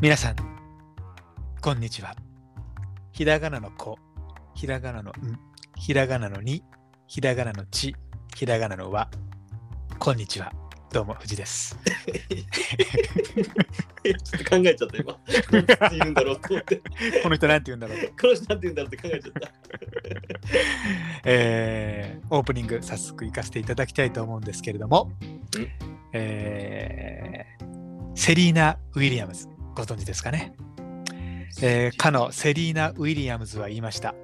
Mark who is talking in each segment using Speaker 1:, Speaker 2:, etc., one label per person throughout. Speaker 1: 皆さん、こんにちは。ひらがなの子、ひらがなのん、ひらがなのに、ひらがなのち、ひらがなのわ。こんにちは。どうも、藤 です。
Speaker 2: ちょっと考えちゃった今。何て言うんだろうと思って。
Speaker 1: この人なんて言うんだろうと。
Speaker 2: この人なんて言うんだろうって考えちゃった。
Speaker 1: えーオープニング、早速行かせていただきたいと思うんですけれども
Speaker 2: うん、
Speaker 1: えーセリーナ・ウィリアムズ、ご存知ですかね、えーかのセリーナ・ウィリアムズは言いました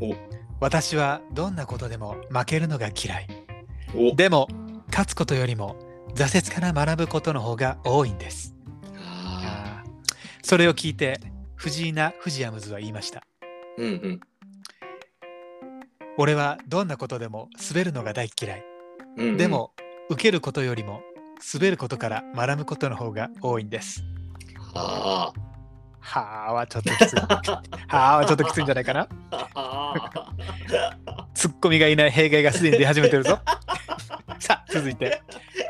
Speaker 2: お。
Speaker 1: 私はどんなことでも負けるのが嫌い。
Speaker 2: お
Speaker 1: でも勝つことよりも挫折から学ぶことの方が多いんです。
Speaker 2: あ
Speaker 1: それを聞いて藤井なフジアムズは言いました。
Speaker 2: ーうんうん。
Speaker 1: 俺はどんなことでも滑るのが大嫌い。
Speaker 2: うんうん
Speaker 1: で、も受けることよりも滑ることから学ぶことの方が多いんです。
Speaker 2: あ
Speaker 1: はあはちょっときつい。はあはちょっときついんじゃないかな。
Speaker 2: ー あ
Speaker 1: ツッコミがいない弊害がすでに出始めてる ぞ。さあ続いて、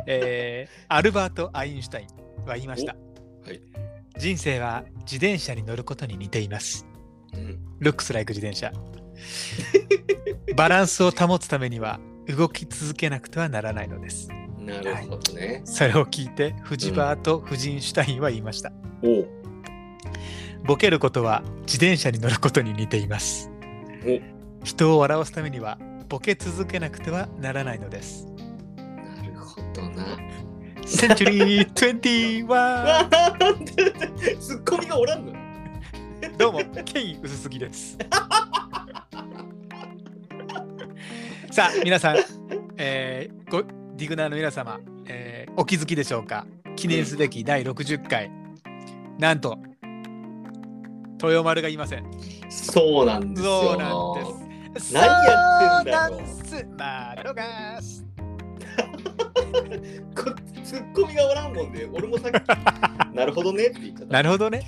Speaker 1: えーアルバート・アインシュタインは言いました、
Speaker 2: おはい
Speaker 1: 人生は自転車に乗ることに似ています。
Speaker 2: ー。うん
Speaker 1: ルックスライク自転車。 バランスを保つためには動き続けなくてはならないのです。
Speaker 2: なるほどね。
Speaker 1: それを聞いてフジバーとフジンシュタインは言いました。
Speaker 2: おう
Speaker 1: ボケることは自転車に乗ることに似ています
Speaker 2: お。
Speaker 1: 人を笑わすためにはボケ続けなくてはならないのです。
Speaker 2: なるほど な。
Speaker 1: センチュリー 21!
Speaker 2: わあ、なんてツッコミがおらんの
Speaker 1: どうも、権威薄すぎです。 さあ、皆さん、えーごディグナーの皆様、えーお気づきでしょうか記念すべき第60回。なんと、豊丸がいません。
Speaker 2: そうなんですよ。
Speaker 1: そうなんです。
Speaker 2: 何やってんだよ
Speaker 1: そうなんです。まどがす。
Speaker 2: こツッコミがおらんもんで、俺もさっ き、なるほどねって言っちゃった。
Speaker 1: なるほど ね。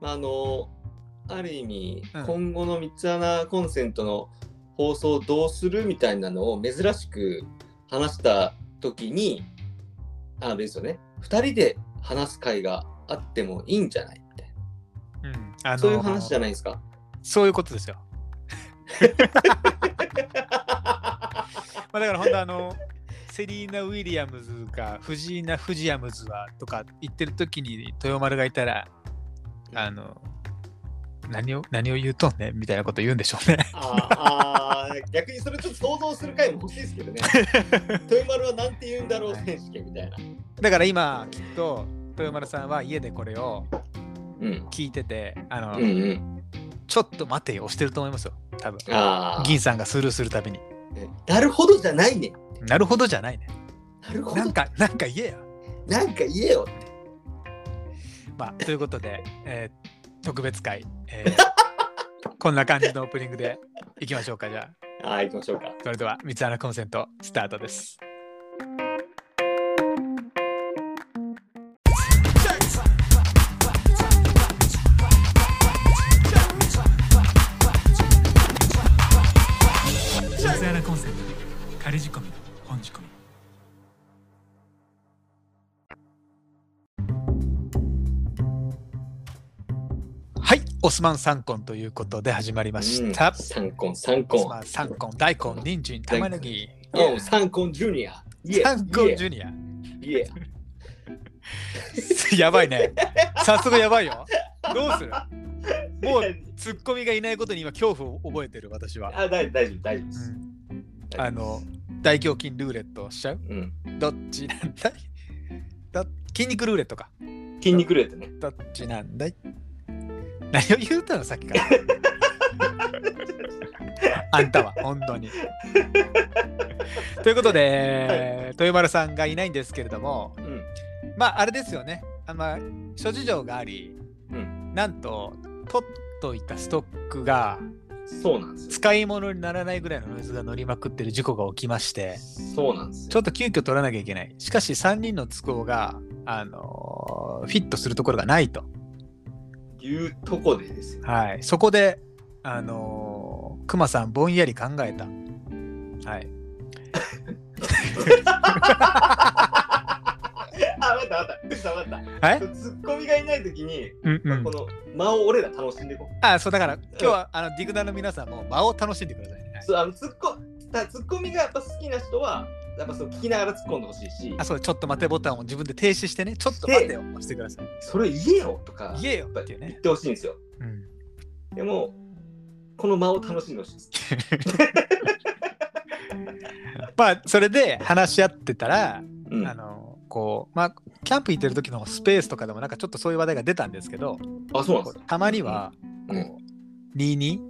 Speaker 2: まああのある意味、
Speaker 1: うん
Speaker 2: 今後の三つ穴コンセントの放送をどうするみたいなのを珍しく話した時にあれですよね2人で話す会があってもいいんじゃないみたい
Speaker 1: うん、あの
Speaker 2: なそういう話じゃないで すか。
Speaker 1: そういうことですよ。まあ、だから本当あのセリーナ・ウィリアムズが藤井なフジアムズはとか言ってる時に豊丸がいたらあの何を何を言うとんねんみたいなこと言うんでしょうね。
Speaker 2: あーあー逆にそれちょっと想像する回も欲しいですけ どね豊丸はなんて言うんだろう選手権みたいな。
Speaker 1: だから今きっと豊丸さんは家でこれを
Speaker 2: うん
Speaker 1: 聞いててあの、
Speaker 2: うんうん、
Speaker 1: ちょっと待てよ押してると思いますよ多分
Speaker 2: あー
Speaker 1: 銀さんがスルーするたびに。
Speaker 2: なるほどじゃないね。
Speaker 1: なるほどじゃないね。
Speaker 2: なるほど
Speaker 1: なんかなんか言えや。
Speaker 2: なんか言えよ。
Speaker 1: まあ、ということで、えー特別会、え ーこんな感じのオープニングでいきましょうかじゃあ
Speaker 2: ああ、行きましょうか。
Speaker 1: それでは三つ穴コンセントスタートです三つ穴コンセント仮仕込み本仕込みはいオスマン三ンということで始まりました、
Speaker 2: 三コン、三コ
Speaker 1: コ
Speaker 2: ン。
Speaker 1: ン、三コン、大根、人参、玉ねぎ、
Speaker 2: うん、三コンジュニア。
Speaker 1: 三コンジュニア。
Speaker 2: ニア。
Speaker 1: やばいね。早速やばいよ。どうするも
Speaker 2: も
Speaker 1: う
Speaker 2: う、
Speaker 1: ツッコミがいないことに今恐怖を覚えてる私は。
Speaker 2: あ、大大丈夫、大丈夫で
Speaker 1: う
Speaker 2: す。
Speaker 1: ん
Speaker 2: 大丈夫です
Speaker 1: あの、大胸筋ルーレットしちゃう
Speaker 2: うん。
Speaker 1: どっち なんだいど筋肉ルーレットか。
Speaker 2: 筋肉ルーレットね。
Speaker 1: どっちなんだい何を言うたのさっきから。あんたは本当に。ということで、豊丸さんがいないんですけれども、
Speaker 2: うん。
Speaker 1: まああれですよね。あのまあ諸事情があり、
Speaker 2: う
Speaker 1: なんと取っといたストックが
Speaker 2: そうなんですよ。
Speaker 1: 使い物にならないぐらいのノイズが乗りまくってる事故が起きまして、
Speaker 2: そうなんです
Speaker 1: ちょ
Speaker 2: よ。
Speaker 1: っと急遽取らなきゃいけない。しかし3人の都合が、あのーフィットするところがないと。
Speaker 2: いうとこ でですよ。
Speaker 1: はい。そこで、あのー、クマさんぼんやり考えた。はい。
Speaker 2: あ、ったわかった。藤田わかった。
Speaker 1: はい
Speaker 2: ツッコミがいないときに、
Speaker 1: うんう
Speaker 2: まあ
Speaker 1: ん
Speaker 2: こ。の間を俺ら楽しんでいこう。
Speaker 1: あ、そうだから今日はあのディグナーの皆さんも間を楽しんでくださいね。はい
Speaker 2: そうあのツッコたツッコミがやっぱ好きな人は、やっぱそう聞きながら突っ込んでほしいし
Speaker 1: あ、、そう、ちょっと待てボタンを自分で停止してね、ちょっと待てを押してください。
Speaker 2: それ言えよとか
Speaker 1: 言えよ
Speaker 2: やっぱ
Speaker 1: っていう
Speaker 2: 言
Speaker 1: ね
Speaker 2: っ。てほしいんですよ。
Speaker 1: うん。
Speaker 2: でも、この間を楽しんでほしいです。
Speaker 1: まあ、それで話し合ってたら、
Speaker 2: うん
Speaker 1: あの、こう、まあ、キャンプ行ってる時のスペースとかでもなんかちょっとそういう話題が出たんですけど、
Speaker 2: あ、そうなんですか。
Speaker 1: たまには、
Speaker 2: うん
Speaker 1: こう、22、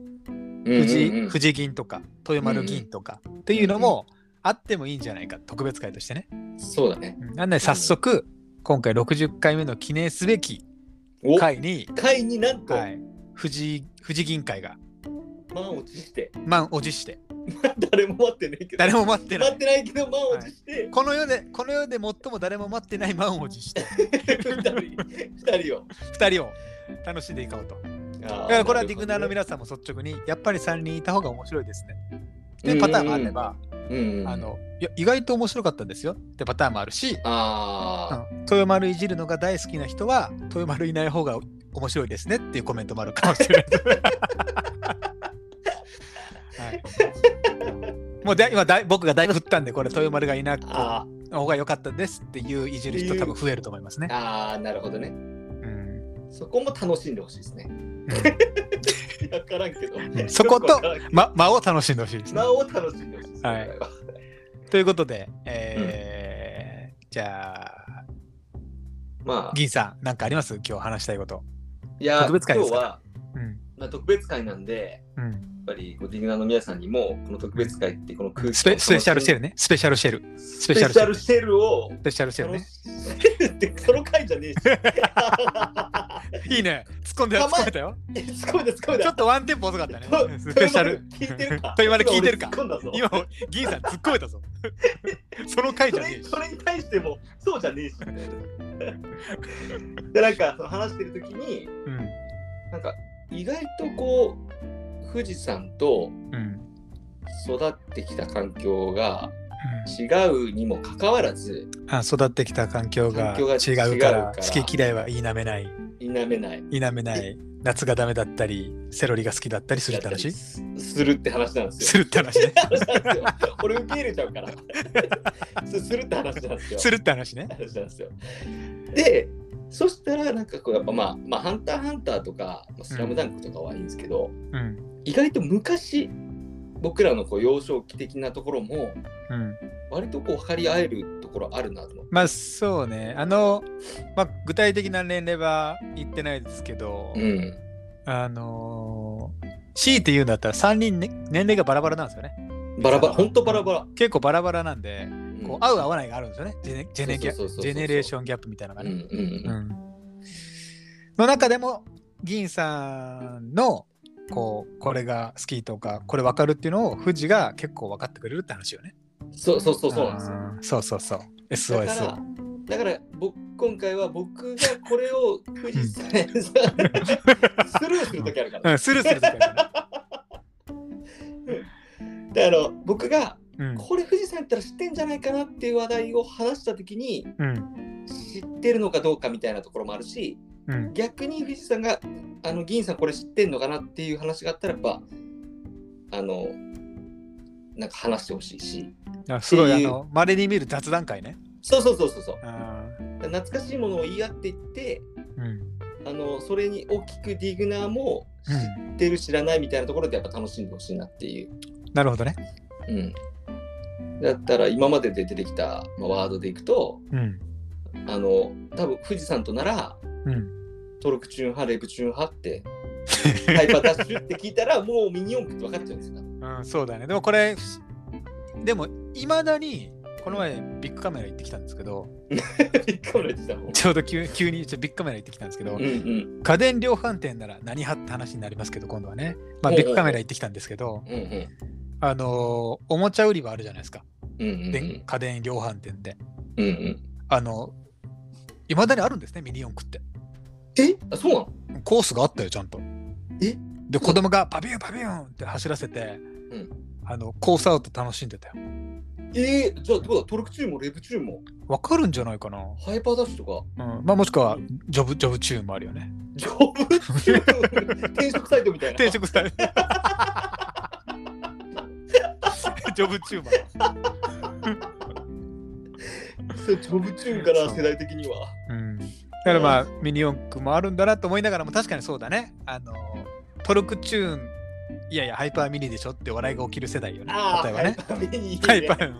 Speaker 2: 富
Speaker 1: 富士富士銀とか豊丸銀とかっていうのもあってもいいんじゃないか特別会としてね。
Speaker 2: そうだね。
Speaker 1: うんなんで早速今回60回目の記念すべき
Speaker 2: お会
Speaker 1: 会に、
Speaker 2: になんと、
Speaker 1: はい、富士富士銀会が
Speaker 2: 満を持して、
Speaker 1: 満を持して
Speaker 2: 誰も待ってないけど、
Speaker 1: 誰も待ってな
Speaker 2: 待っ
Speaker 1: い
Speaker 2: てないけど、満を持して、
Speaker 1: この世でこの世で最も誰も待ってない満を持 して
Speaker 2: 二人、二人を。
Speaker 1: 2人を楽しんでいこうと。だ
Speaker 2: あ
Speaker 1: からこれはディグナーの皆さんも率直にやっぱり3人いた方が面白いですね。っていうパターンもあれば、
Speaker 2: うんうん
Speaker 1: あ、のいや意外と面白かったんですよってパターンもあるし。
Speaker 2: あ
Speaker 1: うん豊丸いじるのが大好きな人は豊丸いない方が面白いですねっていうコメントもあるかもし れない。はい、もうだ今だい僕がだいぶ振ったんでこれ豊丸がいない
Speaker 2: ーあ
Speaker 1: 方が良かったですっていういじる人多分増えると思いますね
Speaker 2: ー、。あーなるほどね。
Speaker 1: うん
Speaker 2: そこも楽しんでほしいですね。 わからんけど
Speaker 1: ん。そこと
Speaker 2: よくわからんけど
Speaker 1: ま、間を楽しんでほしいですね。
Speaker 2: 間を楽しんでほしいですね。
Speaker 1: はい
Speaker 2: これは
Speaker 1: ということで、えーじゃあ
Speaker 2: まあ、
Speaker 1: 銀さん何かあります今日話したいこと。
Speaker 2: いや、
Speaker 1: 特別会です
Speaker 2: 今日
Speaker 1: か
Speaker 2: は、
Speaker 1: うん
Speaker 2: まあ、特別会なんで、
Speaker 1: うん、
Speaker 2: やっぱりこうディグナーの皆さんにも、この特別会ってこの空気
Speaker 1: スペスペシャルシェ
Speaker 2: ル。
Speaker 1: ルねスペシャルシェル
Speaker 2: ス
Speaker 1: ペ
Speaker 2: ペ
Speaker 1: シ
Speaker 2: シ
Speaker 1: ャルシェ
Speaker 2: ャ
Speaker 1: ル
Speaker 2: ルシェルを
Speaker 1: スペシャルシェルね。
Speaker 2: ってその回じゃねえし。
Speaker 1: いいね。突っ込んで突っ込めたよ。
Speaker 2: すごいだ、すごいだ。
Speaker 1: ちょっとワンテンポ遅かったね
Speaker 2: と。
Speaker 1: スペシャル。
Speaker 2: 聞いてるか。
Speaker 1: と言われ聞いてるか
Speaker 2: 今俺突っ込んだぞ
Speaker 1: 今、銀さん突っ込めたぞ。その回じゃ
Speaker 2: そ
Speaker 1: ね
Speaker 2: れ
Speaker 1: えし
Speaker 2: そ。れに対しても、そうじゃねえし。みたいなで、なんか、その話してる時に、
Speaker 1: うん。
Speaker 2: なんか、意外とこう、富士山と
Speaker 1: うん。
Speaker 2: 育ってきた環境が違うにもかかわらず、
Speaker 1: うんあ育ってきた環境が
Speaker 2: 環境が
Speaker 1: 違う
Speaker 2: 違う
Speaker 1: か
Speaker 2: からら
Speaker 1: 好き嫌いは否めない
Speaker 2: 否めない。
Speaker 1: 否めない夏がダメだったりセロリが好きだったりするって話
Speaker 2: すするって話なんです
Speaker 1: す
Speaker 2: よ。
Speaker 1: るって話 ね
Speaker 2: 話なんですよ 俺受け入れちゃうから。すするって話なんですよ。
Speaker 1: するって話ね
Speaker 2: 話なんですよ。で、そしたらなんかこうやっぱまあ、まあ、ハンターハンターとか、まあ、スラムダンクとかはいいんですけど、
Speaker 1: うん
Speaker 2: 意外と昔、僕らのこう幼少期的なところも、
Speaker 1: うん
Speaker 2: 割とこう分かり合えるところあるなと思って。
Speaker 1: まあそうねあのまあ具体的な年齢は言ってないですけど
Speaker 2: うん。
Speaker 1: あのー、強いて言うんだったら3人、ね、年齢がバラバラなんですよね。
Speaker 2: バラバラ、ほんとバラバラ。
Speaker 1: 結構バラバラなんで、
Speaker 2: うん
Speaker 1: こう合う合わないがあるんですよね。ジェネジェネギャ
Speaker 2: そうそうそうそうそう
Speaker 1: ジェネレーションギャップみたいなのが
Speaker 2: うんう
Speaker 1: ね。
Speaker 2: んうん
Speaker 1: うんの中でも、銀さんのこうこれが好きとか、これ分かるっていうのを、富士が結構分かってくれるって話よね。
Speaker 2: そうそうそうそうなんですよ。
Speaker 1: あーそうそうそう。
Speaker 2: だ
Speaker 1: SOS
Speaker 2: か
Speaker 1: を
Speaker 2: ら。、だから僕今回は僕がこれを富士山スルーする時あるか
Speaker 1: う
Speaker 2: ら。
Speaker 1: ん、スルーするとか、ね。
Speaker 2: であの僕が
Speaker 1: うん
Speaker 2: これ富士山やったら知ってんじゃないかなっていう話題を話した時に
Speaker 1: うん
Speaker 2: 知ってるのかどうかみたいなところもあるし、
Speaker 1: うん
Speaker 2: 逆に富士山があの議員さんこれ知ってんのかなっていう話があったらやっぱあのなんか話してほしいし。
Speaker 1: あすごい、
Speaker 2: っ
Speaker 1: あ
Speaker 2: ていう
Speaker 1: の、まれに見る雑談会ね。
Speaker 2: そうそうそうそうそう。
Speaker 1: あ
Speaker 2: 懐かしいものを言い合っていって。
Speaker 1: ーうん
Speaker 2: あのそれに大きくディグナーも知
Speaker 1: うん
Speaker 2: ってる知らないみたいなところでやっぱ楽しんでほしいなっていう、
Speaker 1: なるほどね。
Speaker 2: うん、だったら今までで出てきた、まあ、ワードでいくと
Speaker 1: うん。
Speaker 2: あの多分富士山となら
Speaker 1: うん。
Speaker 2: トルクチューン派レプチューン派ってハイパーダッシュって聞いたらもうミニ四駆って分かっちゃうんですよ
Speaker 1: うん、そうだね。でもこれ、でも、いまだに、この前、ビッグカメラ行ってきたんですけど、
Speaker 2: びっくりしたもん、
Speaker 1: ちょうど急急にちょビッグカメラ行ってきたんですけど
Speaker 2: うん、うん
Speaker 1: 家電量販店なら何派って話になりますけど、今度はね。まあ、
Speaker 2: おうおう
Speaker 1: ビッグカメラ行ってきたんですけど、
Speaker 2: うんうん
Speaker 1: あのーおもちゃ売り場あるじゃないですか。
Speaker 2: うんうん
Speaker 1: で家電量販店で。
Speaker 2: うんうん
Speaker 1: あの、いまだにあるんですね、ミニ四駆って。
Speaker 2: えあそうなの
Speaker 1: コースがあったよ、ちゃんと。
Speaker 2: え
Speaker 1: で、子供がパビュンパビュンって走らせて、
Speaker 2: うん
Speaker 1: あの、コースアウト楽しんでたよ。
Speaker 2: えー、じゃあどうだトルクチューンもレブチューンも
Speaker 1: わかるんじゃないかな。
Speaker 2: ハイパーダッシュとか
Speaker 1: うん。まあもしくは、ジョブ、ジョブチューンもあるよね。
Speaker 2: ジョブチュ ーン転職サイトみたいな
Speaker 1: 転職され ジョブチューンもある。
Speaker 2: そう ジョブチューンから世代的には
Speaker 1: うんだからまあ、ミニ四駆もあるんだなと思いながらも確かにそうだねあのトルクチューンいやいやハイパーミニでしょって笑いが起きる世代よね
Speaker 2: ああ
Speaker 1: 例えばね
Speaker 2: ハイパーミニ
Speaker 1: ハイパー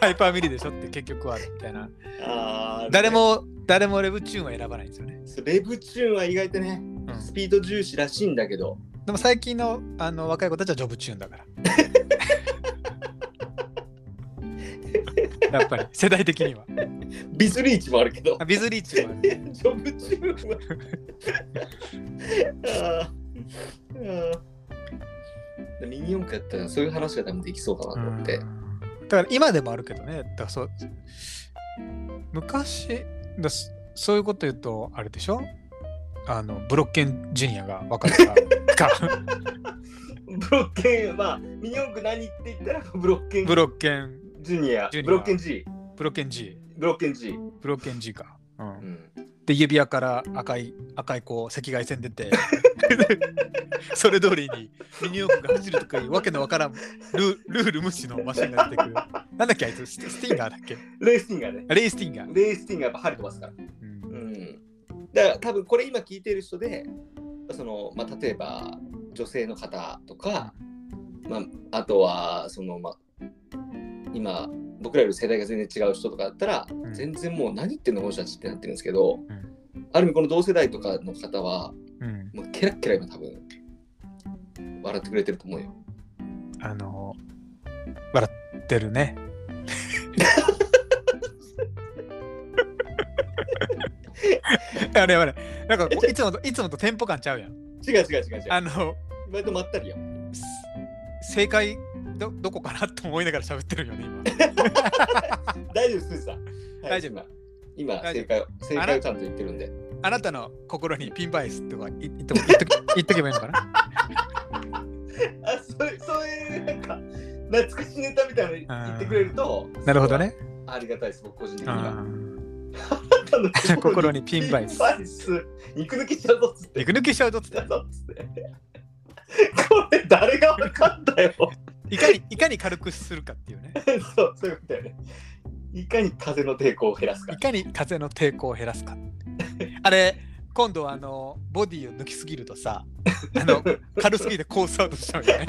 Speaker 1: ハイパーミニでしょって結局はみたいな
Speaker 2: あー
Speaker 1: 誰も誰もレブチューンは選ばないんですよね、
Speaker 2: そうレブチューンは意外とね
Speaker 1: うん
Speaker 2: スピード重視らしいんだけど
Speaker 1: でも最近のあの若い子たちはジョブチューンだから やっぱり世代的には
Speaker 2: ビズリーチもあるけど
Speaker 1: あビズリーチもある
Speaker 2: ジョブチューンはあーあーミニ四駆やったらそういう話が多分できそうかなと思って
Speaker 1: うんだから今でもあるけどねだからそう昔だそそういうこと言うとあれでしょあのブロッケンジュニアが若かった か
Speaker 2: ブロッケンまあミニ四駆何って言ったらブロッケン
Speaker 1: ブロッケン
Speaker 2: ジュニア
Speaker 1: ジュニア
Speaker 2: ブロッケン G
Speaker 1: ブロッケン G
Speaker 2: ブロッケン G、
Speaker 1: ブロッケン G か、う、
Speaker 2: うんん、
Speaker 1: で指輪から赤い赤いこう赤外線出て それ通りにミニ四駆が走るとかいうわけのわからんルルール無視のマシンが出てくるなんだっけあいつステスティンガーだっけ
Speaker 2: レースティンガーね
Speaker 1: あレイスティンガー、
Speaker 2: レースティンガーやっぱ針飛ばすから
Speaker 1: うん
Speaker 2: うんだから多分これ今聞いてる人でその、まあ、例えば女性の方とか、まあ、あとはその、まあ、今僕らより世代が全然違う人とかだったら、
Speaker 1: ん
Speaker 2: 全然もう何言ってんのこの人たちってなってるんですけど、
Speaker 1: ん
Speaker 2: ある意味この同世代とかの方は
Speaker 1: うん
Speaker 2: もうケラッケラ今多分笑ってくれてると思うよ。
Speaker 1: あの、笑ってるね。 あれあれ、なんかこういつもといつもとテンポ感ちゃうやん。
Speaker 2: 違う違う違う違う。
Speaker 1: あの、
Speaker 2: 意外とまったりやん。
Speaker 1: す正解どどこかなと思いながら喋ってるよね、
Speaker 2: 大丈夫、すずさん。
Speaker 1: 大丈夫
Speaker 2: 夫。今、
Speaker 1: 大丈夫
Speaker 2: 正解を、正解をちゃんと言ってるんで。
Speaker 1: 今。あなたの心にピンバイスとか言っても言っとけ言っとけばいいのかな。
Speaker 2: あそうそういうなんか懐かしネタみたいなの言ってくれると
Speaker 1: なるほどね。
Speaker 2: ありがたいです僕個人的に
Speaker 1: あ
Speaker 2: は
Speaker 1: ー
Speaker 2: あなたの
Speaker 1: 心にピンバイス
Speaker 2: ピス肉抜きしちゃうぞっつっ て
Speaker 1: 肉抜きしちゃうぞっつっ
Speaker 2: しちゃ
Speaker 1: て
Speaker 2: うぞっつってこれ誰が分かんだよ
Speaker 1: いかにいかに軽くするかっていうね。
Speaker 2: そうそういうことだよねいかに風の抵抗を減らすか
Speaker 1: いかに風の抵抗を減らすか。あれ、今度はあのボディを抜きすぎるとさ、あの軽すぎてコースアウトしちゃうよね。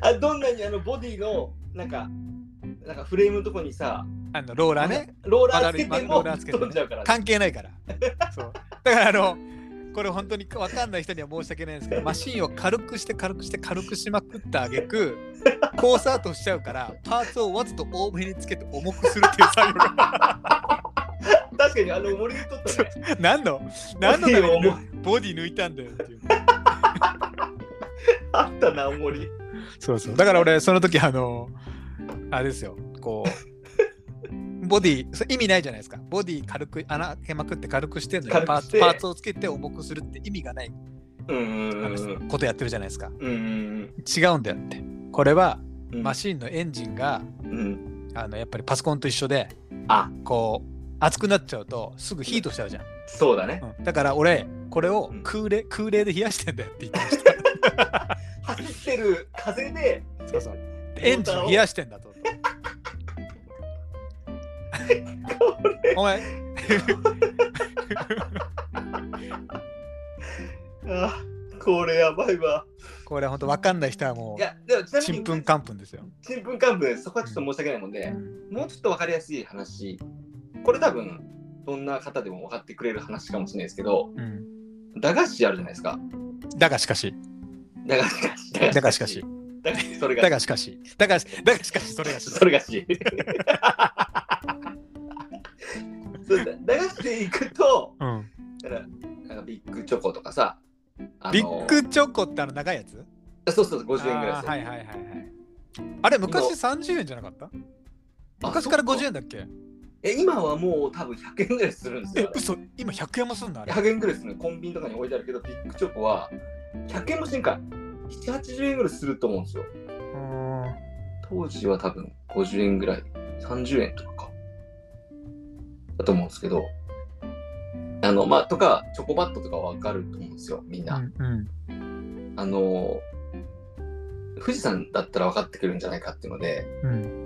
Speaker 2: あどんなにあのボディのなんかなんかフレームのとこにさ
Speaker 1: あのローラーね、
Speaker 2: ローラーつけて
Speaker 1: ロ
Speaker 2: も
Speaker 1: ーラーつけてね
Speaker 2: 飛んじゃうからね
Speaker 1: 関係ない から。そうだからあの、これ本当に分かんない人には申し訳ないん ですけど、マシンを軽くして軽くして軽くしまくった挙句コースアウトしちゃうから、パーツをわざと多めにつけて重くするっていう作業が。
Speaker 2: 確かにあの森にとったね
Speaker 1: 何の何のため
Speaker 2: ボディを重
Speaker 1: にボディ抜いたんだよっていう。
Speaker 2: あったな森
Speaker 1: そうそう。だから俺、その時、あの、あれですよ、こう、ボディ、それ意味ないじゃないですか。ボディ軽く、穴開けまくって軽くしてんのに
Speaker 2: 軽
Speaker 1: パー
Speaker 2: くし
Speaker 1: ツ
Speaker 2: て
Speaker 1: パーツをつけて重くするって意味がない
Speaker 2: うんうん
Speaker 1: あ
Speaker 2: う
Speaker 1: の
Speaker 2: んうん
Speaker 1: ことやってるじゃないですか。
Speaker 2: うん
Speaker 1: 違うんだよって。これは、
Speaker 2: うん
Speaker 1: マシンのエンジンが、
Speaker 2: うん、
Speaker 1: あのやっぱりパソコンと一緒で、
Speaker 2: あ
Speaker 1: こう、熱くなっちゃうと、すぐヒートしちゃうじゃん。
Speaker 2: そうだね。
Speaker 1: うんだから俺、これを
Speaker 2: うん
Speaker 1: 空冷空冷で冷やしてんだよって言ってまし
Speaker 2: 走ってる風で
Speaker 1: た。 そうそう。エンジン冷やしてんだと。
Speaker 2: これ
Speaker 1: お前、
Speaker 2: あこれやばいわ。
Speaker 1: これ本当わかんない人はも、
Speaker 2: いうやでもちなみ
Speaker 1: ちん
Speaker 2: に
Speaker 1: ぷんかんぷんですよ。
Speaker 2: ちんぷんかんぷんそこはちょっと申し訳ないもんで、もうちょっとわかりやすい話これ多分どんな方でも分かってくれる話かもしれないですけど
Speaker 1: うん、
Speaker 2: 駄菓子あるじゃないですか。
Speaker 1: だがしかし、
Speaker 2: 駄菓子
Speaker 1: だがしかし、
Speaker 2: 駄菓子それ
Speaker 1: だ
Speaker 2: が
Speaker 1: がしかし、だがしだがしかし、それがし。
Speaker 2: それがし。 そうだ駄菓子で行くと
Speaker 1: うん、
Speaker 2: だからなんかビッグチョコとかさあの
Speaker 1: ビッグチョコってあの長いやつ
Speaker 2: そうそうそう50円ぐらい
Speaker 1: あー
Speaker 2: ですよ
Speaker 1: はいはいはいはい。あれ、昔30円じゃなかった
Speaker 2: あ
Speaker 1: 昔から
Speaker 2: そっ
Speaker 1: 50円だっけ
Speaker 2: え今はもう多分100円ぐらいするんです
Speaker 1: え
Speaker 2: よ、。
Speaker 1: 嘘、今100円もすんのあ
Speaker 2: あ
Speaker 1: れ
Speaker 2: れ。100円ぐらいするのコンビニとかに置いてあるけど、ビッグチョコは100円もしんかい。7、80円ぐらいすると思うんですよ。
Speaker 1: うーん
Speaker 2: 当時は多分50円ぐらい、30円とかか。だと思うんですけど、あの、まあ、とか、チョコバットとかわかると思うんですよ、みんな。
Speaker 1: うんうん
Speaker 2: あの、富士山だったら分かってくるんじゃないかっていうので、
Speaker 1: うん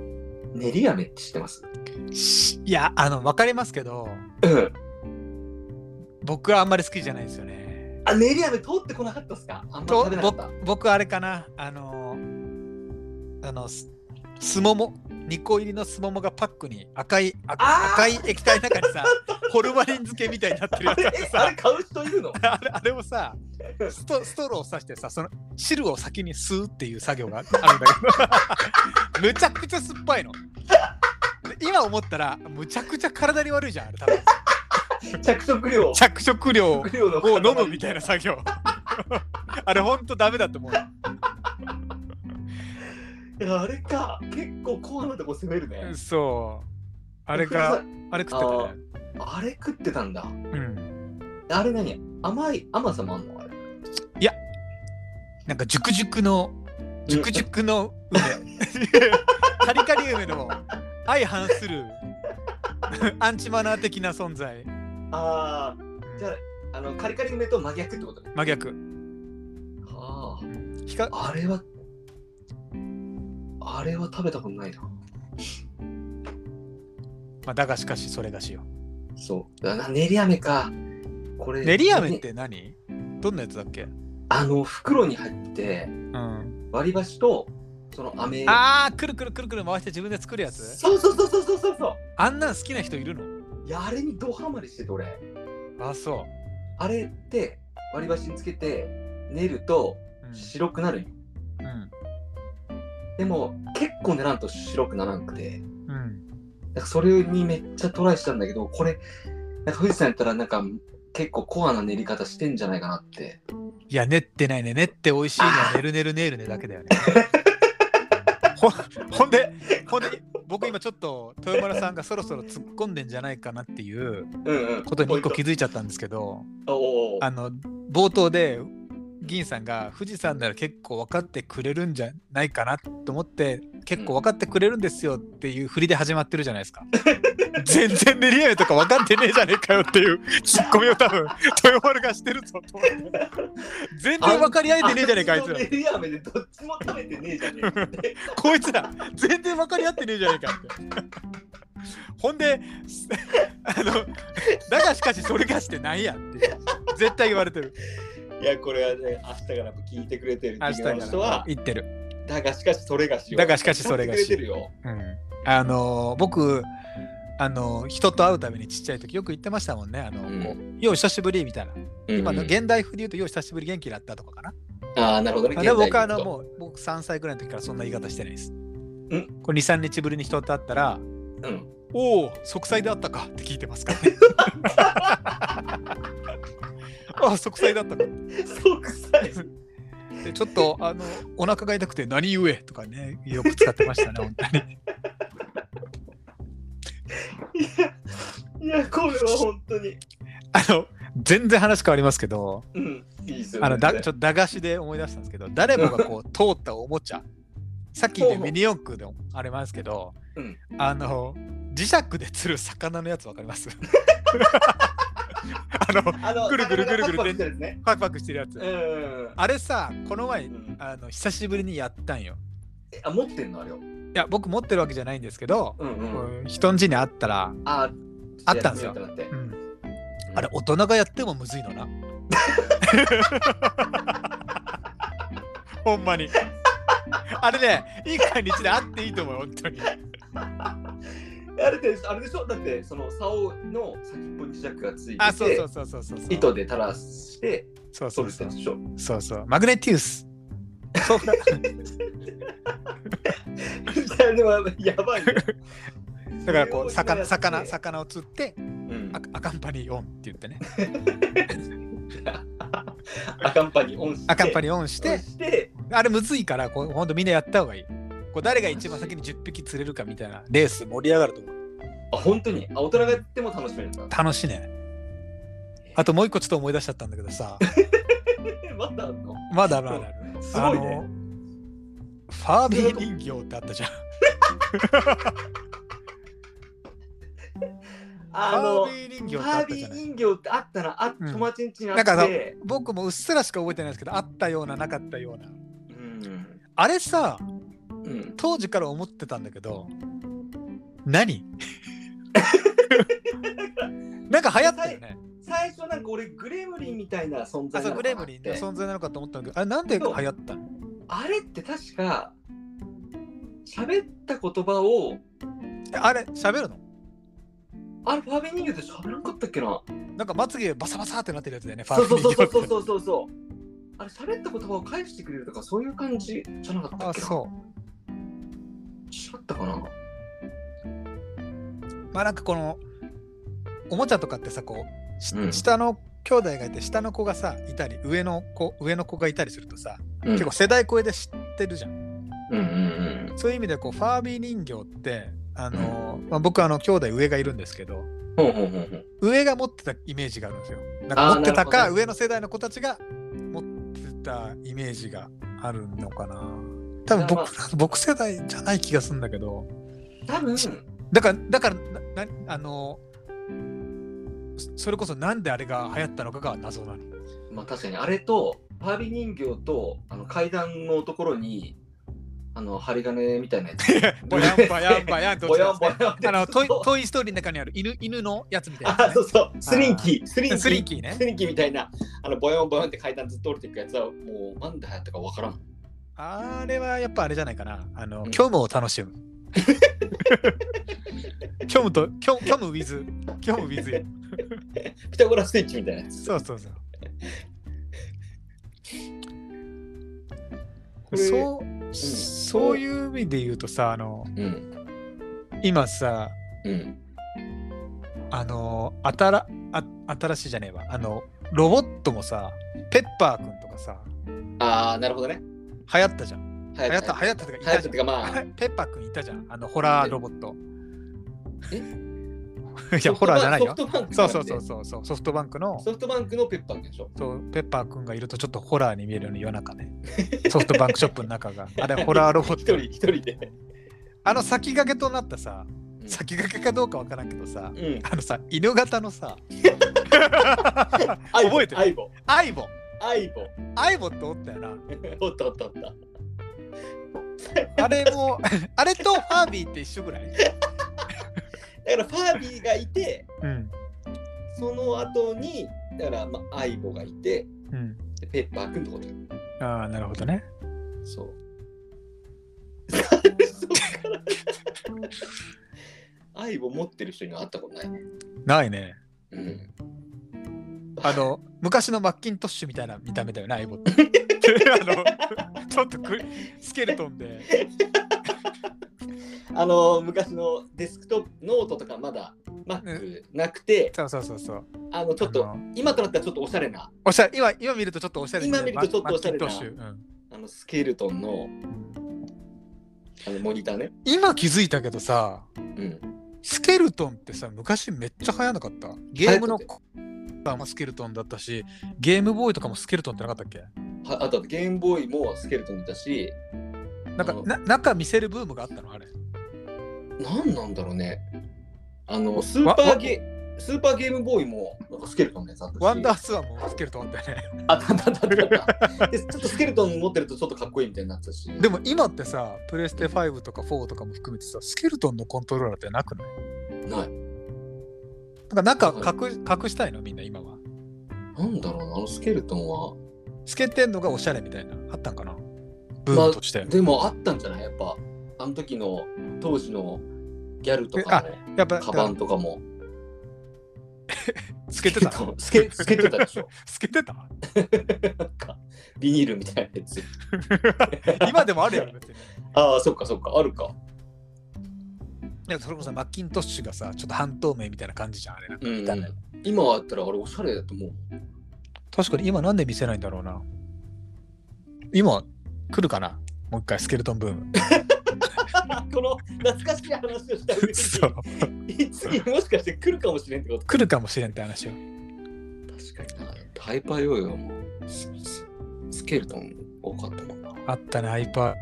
Speaker 2: 練り飴って知ってます
Speaker 1: しいやあの分かりますけど
Speaker 2: うん。
Speaker 1: 僕はあんまり好きじゃないですよね
Speaker 2: あ、練り飴通ってこなかったっすかあんま
Speaker 1: と
Speaker 2: 食べなかっ
Speaker 1: 僕
Speaker 2: た。
Speaker 1: 僕あれかなあのあのすすもも2個入りのすももがパックに赤い
Speaker 2: あー
Speaker 1: 赤赤い液体の中に さホルマリン漬けみたいになってるや
Speaker 2: あ
Speaker 1: つ
Speaker 2: れ
Speaker 1: あって、
Speaker 2: えあ
Speaker 1: さ
Speaker 2: れ買う人いるの
Speaker 1: あれあれをさストストローを刺してさその汁を先に吸うっていう作業があるんだけど むちゃくちゃ酸っぱいので今思ったらむちゃくちゃ体に悪いじゃんあれ多分
Speaker 2: 着色料。
Speaker 1: 着色料を
Speaker 2: 着色料の塊
Speaker 1: 飲むみたいな作業 あれほんとダメだと思う
Speaker 2: いやあれか。結構コアなとこ攻めるね。
Speaker 1: そうあれが
Speaker 2: 富士
Speaker 1: あれ食って
Speaker 2: 山。あれ食ってたんだ。
Speaker 1: たねうん
Speaker 2: あれ何甘い、甘さもあんのあれ。
Speaker 1: なんか熟熟の熟熟の 梅カリカリ梅の相反するアンチマナー的な存在
Speaker 2: ああ、じゃあ、あの、カリカリ梅と真逆ってことね。
Speaker 1: 真逆
Speaker 2: あ
Speaker 1: ひか
Speaker 2: あ、あれは、あれは食べたことないな。
Speaker 1: まあ、だがしかしそれがしよ
Speaker 2: そう。だな練り飴か。これ。
Speaker 1: 練り飴って何どんなやつだっけ、
Speaker 2: あの、袋に入って、
Speaker 1: うん、
Speaker 2: 割り箸と、その飴。
Speaker 1: ああくるくるくるくる回して自分で作るやつ
Speaker 2: そうそうそうそうそうそうそ
Speaker 1: あんなん好きな人いるの
Speaker 2: う。いや、あれにドハマりしてて、俺。
Speaker 1: あそ
Speaker 2: あれって、割り箸につけて、練ると
Speaker 1: う、う
Speaker 2: 白くなるんよ。
Speaker 1: んうん
Speaker 2: でも、結構練らんと白くならんくて。
Speaker 1: うん、
Speaker 2: なんかそれにめっちゃトライしたんだけど、これ、なんか富士山やったらなんか結構コアな練り方してんじゃないかなって。
Speaker 1: いや練ってないね練って美味しいのはねるねるねるねだけだよねほほんでほんで僕今ちょっと豊丸さんがそろそろ突っ込んでんじゃないかなっていう
Speaker 2: うんうん。
Speaker 1: ことに一個気
Speaker 2: づ
Speaker 1: づいちゃったんですけど
Speaker 2: おうおう
Speaker 1: あの冒頭で銀さんが富士山なら結構分かってくれるんじゃないかなと思って結構分かってくれるんですよっていう振りで始まってるじゃないです か全然練り飴とか分かってねえじゃねえかよっていうツッコミを多分豊丸がしてるぞと思って全然分かり合えてねえじゃねえかあいつら
Speaker 2: あんちの練り飴でどっちも食べてねえじゃねえかって。
Speaker 1: こいつら全然分かり合ってねえじゃねえかってほんで あのだがしかしそれがしてないやんって絶対言われてる
Speaker 2: いや、これはね、明日からやっぱ聞いてくれてる
Speaker 1: 明日
Speaker 2: 人
Speaker 1: か
Speaker 2: の人は
Speaker 1: ら、言ってる
Speaker 2: だがしかしそれがしよう。
Speaker 1: だがしかしそれがし
Speaker 2: 聞いてくれてるよ。
Speaker 1: うんあのー僕あのー人と会うためにちっちゃい時よく言ってましたもんね「あの
Speaker 2: うん
Speaker 1: こうよう久しぶり」みたいな、今の
Speaker 2: うんうん
Speaker 1: 現代風で言うと「よう久しぶり元気だった」とかかな、
Speaker 2: ああ、なるほどね。
Speaker 1: あでも僕はあ
Speaker 2: 現代
Speaker 1: の
Speaker 2: のこと
Speaker 1: もう僕3歳ぐらいの時からそんな言い方してないです、
Speaker 2: ん
Speaker 1: これ23日ぶりに人と会ったら
Speaker 2: うん。
Speaker 1: 「おお息災であったか」って聞いてますから ね あ息災だったか
Speaker 2: そうくさい。
Speaker 1: でちょっとあのお腹が痛くて何故とかねよく使ってましたね本当に
Speaker 2: いや、これは本当に。
Speaker 1: あの全然話変わりますけど
Speaker 2: うん。いいですよね。
Speaker 1: あのだちょっと駄菓子で思い出したんですけど誰もがこう通ったおもち ゃさっき
Speaker 2: ほう
Speaker 1: ね
Speaker 2: ほう
Speaker 1: ミニ四駆でもありますけど、
Speaker 2: うん
Speaker 1: あの磁石で釣る魚のやつわかります あのパ
Speaker 2: あの
Speaker 1: ぐるぐるぐるぐる
Speaker 2: パクパクしてるやつね。
Speaker 1: クパクしてるやつ、
Speaker 2: うん
Speaker 1: あれさこの前
Speaker 2: うん。
Speaker 1: あの久しぶりにやったんよ
Speaker 2: えあ、持ってんのあれを。
Speaker 1: いや僕持ってるわけじゃないんですけど、
Speaker 2: うんう
Speaker 1: こ
Speaker 2: ん。
Speaker 1: う人ん家にあったら、
Speaker 2: あ、
Speaker 1: あったんですよ
Speaker 2: やってみよ
Speaker 1: うん
Speaker 2: うってな
Speaker 1: あ
Speaker 2: って
Speaker 1: れ大人がやってもむずいのな ほんまにあれねいい感じであっていいと思う本当に
Speaker 2: あれであれでしょだってその竿の先っぽに磁石がついてて
Speaker 1: あそうそうそうそうそうそう
Speaker 2: 糸で垂らして
Speaker 1: そうそ
Speaker 2: 取
Speaker 1: う
Speaker 2: るっ
Speaker 1: そう
Speaker 2: てやつ でしょ
Speaker 1: そうそうマグネティウスそうだ
Speaker 2: いやでもやばいよ
Speaker 1: だからこう
Speaker 2: それを
Speaker 1: 魚
Speaker 2: やって
Speaker 1: 魚魚を釣って
Speaker 2: うん
Speaker 1: アアカンパニーオンって言ってね
Speaker 2: アカンパニオンして
Speaker 1: アカンパニーオンし
Speaker 2: してして
Speaker 1: あれむずいからこうほんとみんなやった方がいいこう誰が一番先に10匹釣れるかみたいなレース盛り上がると思う
Speaker 2: あ本当にあ大人がやっても楽しめるんだ
Speaker 1: 楽しいねあともう一個ちょっと思い出しちゃった んだけどさ
Speaker 2: まだあんの
Speaker 1: まだまだある
Speaker 2: すごい
Speaker 1: あ
Speaker 2: ね
Speaker 1: のファービー人形ってあったじゃん。
Speaker 2: あ
Speaker 1: ファ
Speaker 2: の
Speaker 1: ービー人形ってあ
Speaker 2: ハ
Speaker 1: っ
Speaker 2: ー
Speaker 1: た
Speaker 2: ビ
Speaker 1: じゃ
Speaker 2: ー
Speaker 1: ない。
Speaker 2: 人形ってあったな、あ
Speaker 1: うん
Speaker 2: 友達ん家にあっ
Speaker 1: なんかさ
Speaker 2: て、
Speaker 1: 僕もうっすらしか覚えてないですけど、あったような、なかったような。
Speaker 2: うん
Speaker 1: あれさ、
Speaker 2: うん、
Speaker 1: 当時から思ってたんだけど、 何なんか流行ったよね。
Speaker 2: 最初なんか俺グレムリンみたいな存
Speaker 1: あ
Speaker 2: 在
Speaker 1: そう
Speaker 2: なの
Speaker 1: グ
Speaker 2: かな
Speaker 1: レ
Speaker 2: っ
Speaker 1: ムリンの
Speaker 2: て
Speaker 1: 存在なのかと思ったんだけど、あれなんで流行ったの
Speaker 2: あれって確か喋った言葉を
Speaker 1: えあれ、喋るの
Speaker 2: あれファービー人形って喋らなかったっけな
Speaker 1: なんかまつげバサバサってなってるやつだよね、ファ
Speaker 2: そう
Speaker 1: ー
Speaker 2: そ
Speaker 1: ビ
Speaker 2: う
Speaker 1: ー
Speaker 2: そ
Speaker 1: 人
Speaker 2: う
Speaker 1: 形
Speaker 2: そ
Speaker 1: っ
Speaker 2: うそう
Speaker 1: て。
Speaker 2: そうそうあれ喋った言葉を返してくれるとかそういう感じじゃなかった
Speaker 1: あ、
Speaker 2: っけな
Speaker 1: そう。
Speaker 2: 違ったかな
Speaker 1: まあなんかこのおもちゃとかってさこうし、
Speaker 2: うん
Speaker 1: 下の兄弟がいて下の子がさいたり上の子上の子がいたりするとさ、
Speaker 2: うん
Speaker 1: 結構世代超えで知ってるじゃん
Speaker 2: うんうん
Speaker 1: そういう意味でこうファービー人形ってあのー、まあ、僕あの兄弟上がいるんですけど
Speaker 2: うんほうほうほうほう
Speaker 1: 上が持ってたイメージがあるんですよなん
Speaker 2: あ
Speaker 1: か
Speaker 2: ー
Speaker 1: 持ってた
Speaker 2: な
Speaker 1: か
Speaker 2: るほど
Speaker 1: 上の世代の子たちが持ってたイメージがあるのかな多分
Speaker 2: まあ
Speaker 1: 僕ら僕世代じゃない気がするんだけど
Speaker 2: 多分
Speaker 1: だから、だから、な、なあのー、そそれこそなんであれが流行ったのかが謎 なの。
Speaker 2: まあ確かにあれとファービー人形とあの階段のところにあの針金みたいなやつ
Speaker 1: ぼやんばやんばやんと
Speaker 2: ぼ
Speaker 1: 落ち
Speaker 2: や
Speaker 1: た
Speaker 2: んぼやんって
Speaker 1: あのトイ、
Speaker 2: そう
Speaker 1: トイストーリーの中にある犬、犬のやつみたいな、
Speaker 2: あ、そうそう、スリンキー、スリンキー、
Speaker 1: スリンキーね
Speaker 2: スリンキーみたいな、あのボヨンボヨンって階段ずっと降りていくやつは、もうなんで流行ったかわからん。
Speaker 1: あれはやっぱあれじゃないかな。あの、
Speaker 2: うん
Speaker 1: 虚無を楽 しむ。虚無と、虚虚無 with、虚無 with よ。
Speaker 2: ピタゴラスイッチみたいなやつ。
Speaker 1: そうそうそう。
Speaker 2: これ
Speaker 1: そう、そういう意味で言うとさ、あの、
Speaker 2: うん、
Speaker 1: 今さ、
Speaker 2: うん、
Speaker 1: あのあたらあ新しいじゃねえわあのロボットもさペッパーくんとかさ
Speaker 2: ああ、なるほどね。
Speaker 1: 流行ったじゃん
Speaker 2: 流
Speaker 1: 流行った流行ったとかい
Speaker 2: 流行
Speaker 1: た
Speaker 2: った
Speaker 1: じ
Speaker 2: て
Speaker 1: ゃん
Speaker 2: か、まあ、
Speaker 1: ペッパーくんいたじゃんあのホラーロボット
Speaker 2: え
Speaker 1: いやホラーじゃない
Speaker 2: ソ
Speaker 1: よ
Speaker 2: フトバンク。
Speaker 1: そうそうそう。そうそうソフトバンクの
Speaker 2: ソフトバンクのペッパーでしょ。
Speaker 1: そうペッパーくんがいるとちょっとホラーに見えるよね夜中 ねソフトバンクショップの中があれホラーロボッ
Speaker 2: 一人
Speaker 1: ト
Speaker 2: 一人で。
Speaker 1: あの先駆けとなったさ
Speaker 2: うん
Speaker 1: 先駆けかどうかわからんけどさ
Speaker 2: うん。
Speaker 1: あのさ犬型のさ
Speaker 2: 覚
Speaker 1: 覚えてる
Speaker 2: アイボ。
Speaker 1: アイボ
Speaker 2: アイボ。
Speaker 1: アイボっておったよな
Speaker 2: おったおったおった。
Speaker 1: あれも、 あれとファービーって一緒ぐらい。
Speaker 2: だから、ファービーがいて、
Speaker 1: うん。
Speaker 2: その後に、だから、まあ、アイボがいて、
Speaker 1: うん。
Speaker 2: でペッパーくんってことよ
Speaker 1: ああ、なるほどね。
Speaker 2: そう。 愛を持ってる人には会ったことないね。
Speaker 1: ないね。
Speaker 2: うん。
Speaker 1: あの、昔のマッキントッシュみたいな見た目だよね、アイボ って。あの、ちょっとくスケルトンで。
Speaker 2: あの昔のデスクトップノートとかまだ Mac なくて、
Speaker 1: そうそうそうそう。
Speaker 2: あのちょっ
Speaker 1: あ
Speaker 2: と
Speaker 1: の
Speaker 2: 今となったらちょっとおしゃれな
Speaker 1: おしゃれ、今、今見るとちょっとおしゃれ、
Speaker 2: 今見るとちょっとおしゃれな
Speaker 1: マッキントッシュ。うん
Speaker 2: あのスケルトンのあのモニターね。
Speaker 1: 今気づいたけどさ、
Speaker 2: うん。
Speaker 1: スケルトンってさ、昔めっちゃ流行らなかった。ゲームの
Speaker 2: 流行
Speaker 1: コーもスケルトンだったし、ゲームボーイとかもスケルトンってなかったっけ
Speaker 2: はあとゲームボーイもスケルトンだし、
Speaker 1: なんか
Speaker 2: あの
Speaker 1: な中見せるブームがあったのあれ。
Speaker 2: なんなんだろうね。あのスーパーゲスーパーゲームボーイもなんかスケルトンのやつあったし。
Speaker 1: ワンダースワンもスケルトンだよね。
Speaker 2: あったあったあったあったでちょっとスケルトン持ってるとちょっとかっこいいみたいになってたし。
Speaker 1: でも今ってさ、プレステ5とか4とかも含めてさ、スケルトンのコントローラーってなくない
Speaker 2: ない。
Speaker 1: なんか中隠隠したいのみんな今は。
Speaker 2: なんだろうな、あのスケルトンは。
Speaker 1: 透けてんのがおしゃれみたいな、あったんかなブームとして。
Speaker 2: でもあったんじゃないやっぱ、あの時の当時のギャルとか
Speaker 1: やっぱ
Speaker 2: も、カバンとかも。
Speaker 1: 透けて た。
Speaker 2: スケスケてたでしょ。
Speaker 1: 透けてた
Speaker 2: なんか、ビニールみたいなやつ。
Speaker 1: 今でもあるやろ、別に。
Speaker 2: ああ、そっかそっか、あるか。
Speaker 1: いやそれこそマッキントッシュがさ、ちょっと半透明みたいな感じじゃん、あれなんか。
Speaker 2: うん、
Speaker 1: たね
Speaker 2: 今はあったらあれおしゃれだと思う。
Speaker 1: 確かに今なんで見せないんだろうな。今、来るかなもう一回、スケルトンブーム。
Speaker 2: この懐かしい話をした
Speaker 1: そう。
Speaker 2: に、次もしかして来るかもしれんってこと
Speaker 1: 来るかもしれんって話を。
Speaker 2: 確かにな。ハイパーヨーヨーもスススケルトン多かったもんな。
Speaker 1: あったね、ハイパー。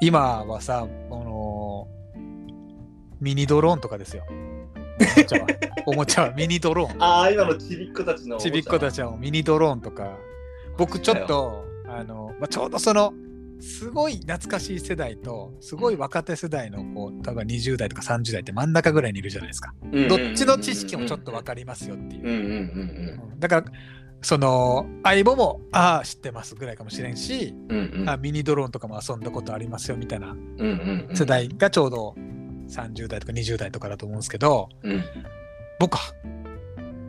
Speaker 1: 今はさ、あのミニドローンとかですよ。おもちゃ はおもちゃはミニドローン。
Speaker 2: ああ、今のちびっ子たちの。
Speaker 1: ちびっ子たちはミニドローンとか、僕ちょっと、あの、まあ、ちょうどその、すごい懐かしい世代と、すごい若手世代の、こう、多分20代とか30代って真ん中ぐらいにいるじゃないですか。
Speaker 2: うんうんうん
Speaker 1: ど
Speaker 2: うんうん、
Speaker 1: っちの知識もちょっとわかりますよっていう
Speaker 2: うん。うんうん
Speaker 1: だから、その、相棒も、ああ、知ってますぐらいかもしれんし、
Speaker 2: うん。うんうん
Speaker 1: あミニドローンとかも遊んだことありますよみたいな
Speaker 2: うんうんうん
Speaker 1: 世。代がちょうど30代とか20代とかだと思うんですけど、
Speaker 2: うん
Speaker 1: 僕は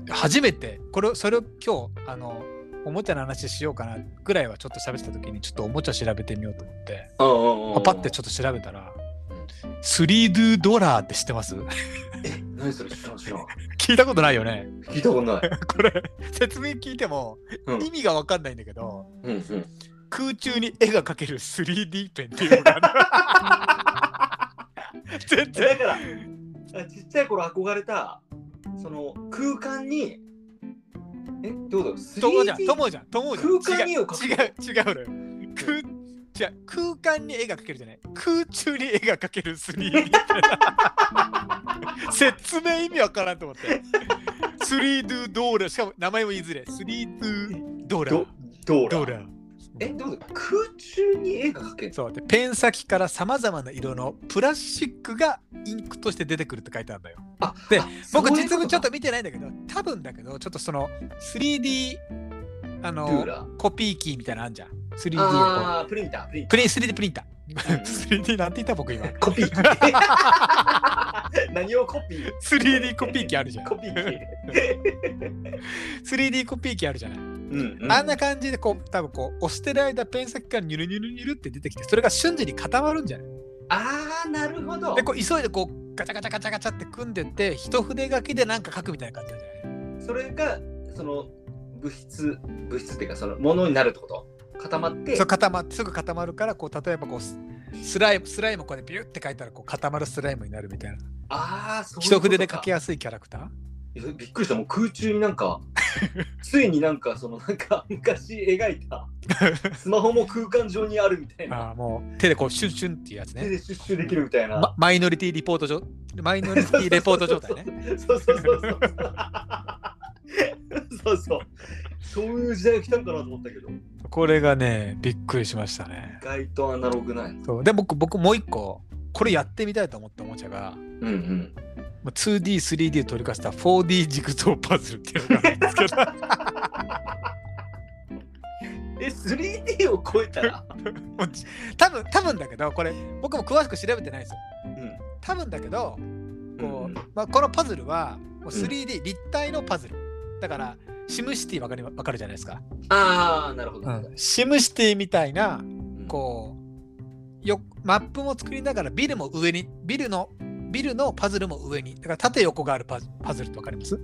Speaker 1: 初めてこれをそれを今日あのおもちゃの話しようかなぐらいはちょっと喋ってた時にちょっとおもちゃ調べてみようと思って
Speaker 2: ああああ
Speaker 1: パッてちょっと調べたら「スリードゥドラー」って知ってます
Speaker 2: 何それ知らん知らん。
Speaker 1: 聞いたことないよね
Speaker 2: 聞いたことない。
Speaker 1: これ説明聞いても
Speaker 2: うん
Speaker 1: 意味が分かんないんだけど、
Speaker 2: うんうん。
Speaker 1: 空中に絵が描ける 3D ペンっていうのがある 全然
Speaker 2: だから、あちっちゃい頃憧れた、その空間に、え、どうだろう
Speaker 1: ともじゃん、
Speaker 2: 3D
Speaker 1: ともじゃん、ともじゃん。
Speaker 2: 空間に絵を描
Speaker 1: 違う、違う、違うのよ。空、じゃ空間に絵が描けるじゃない。空中に絵が描ける 3D。説明意味わからんと思って。3D ドーラー、しかも名前も言いづれ。3D ドーラー
Speaker 2: ど。どう
Speaker 1: ドー
Speaker 2: だ
Speaker 1: ラー。
Speaker 2: え、どうだろう空中に絵が描ける
Speaker 1: そうでペン先からさまざまな色のプラスチックがインクとして出てくるって書いてあるんだよ。
Speaker 2: あ
Speaker 1: で
Speaker 2: あ
Speaker 1: 僕
Speaker 2: そういうこ
Speaker 1: 実
Speaker 2: と
Speaker 1: 物ちょっと見てないんだけど多分だけどちょっとその 3D あ
Speaker 2: ド
Speaker 1: の
Speaker 2: ゥーラー
Speaker 1: コピーキーみたいなのあんじゃん。3D をこ
Speaker 2: あープリンター、プリン
Speaker 1: うプリン 3D プリンタ
Speaker 2: う
Speaker 1: ー。
Speaker 2: ん
Speaker 1: 3D なんて言った僕今。
Speaker 2: コピー機。 何をコピー
Speaker 1: 3D コピー機あるじゃん。
Speaker 2: コピー機。
Speaker 1: 3D コピー機あるじゃない。
Speaker 2: うん
Speaker 1: あんな感じでこう多分こう押してる間ペン先からニュルニュルニュルって出てきてそれが瞬時に固まるんじゃない
Speaker 2: あー、なるほど
Speaker 1: で。こう急いでこうガチャガチャガチャガチャって組んでって一筆書きでなんか書くみたいな感じなんじゃない
Speaker 2: それが、その、物質、物質っていうか、その、ものになるってこと固まって
Speaker 1: そう、固まってすぐ固まるからこう例えばこうススライムスライムこうやってビュって書いたらこう固まるスライムになるみたいな
Speaker 2: ああ、そうい
Speaker 1: 一
Speaker 2: うこと
Speaker 1: 筆
Speaker 2: か
Speaker 1: で書きやすいキャラクター
Speaker 2: いやびっくりした、もう空中にな んか、ついになんか、その、なんか、昔描い た、スマホも空間上にあるみたいな、
Speaker 1: あーもう手でこうシュンシュンっていうやつ
Speaker 2: 手
Speaker 1: ね、
Speaker 2: で出ュできるみたいな。
Speaker 1: まマイノリティリポート状マイノリティレポート状態ね
Speaker 2: そうそうそうそう。そうそう。そういう時代が来たんかなと思ったけど、意
Speaker 1: これがねびっくりしましたね
Speaker 2: 外とアナログない。
Speaker 1: そうで僕僕もう一個これやってみたいと思ったおもちゃが
Speaker 2: うんうん。
Speaker 1: まあ 2D3D を取り重ねた 4D ジグソーパズルっていうのがあるんですけど
Speaker 2: え、3D を超えたら、
Speaker 1: もうじ多分多分だけどこれ僕も詳しく調べてないですよ多分だけどこう、
Speaker 2: うん
Speaker 1: まあ、このパズルはもう 3D 立体のパズル、だからシムシティわかりわかるじゃないですか、
Speaker 2: ああ、なるほど。なるほ
Speaker 1: シムシティみたいな
Speaker 2: ど
Speaker 1: こうよマップも作りながらビルも上にビルのビルのパズルも上にだから縦横があるパズパズルってわかります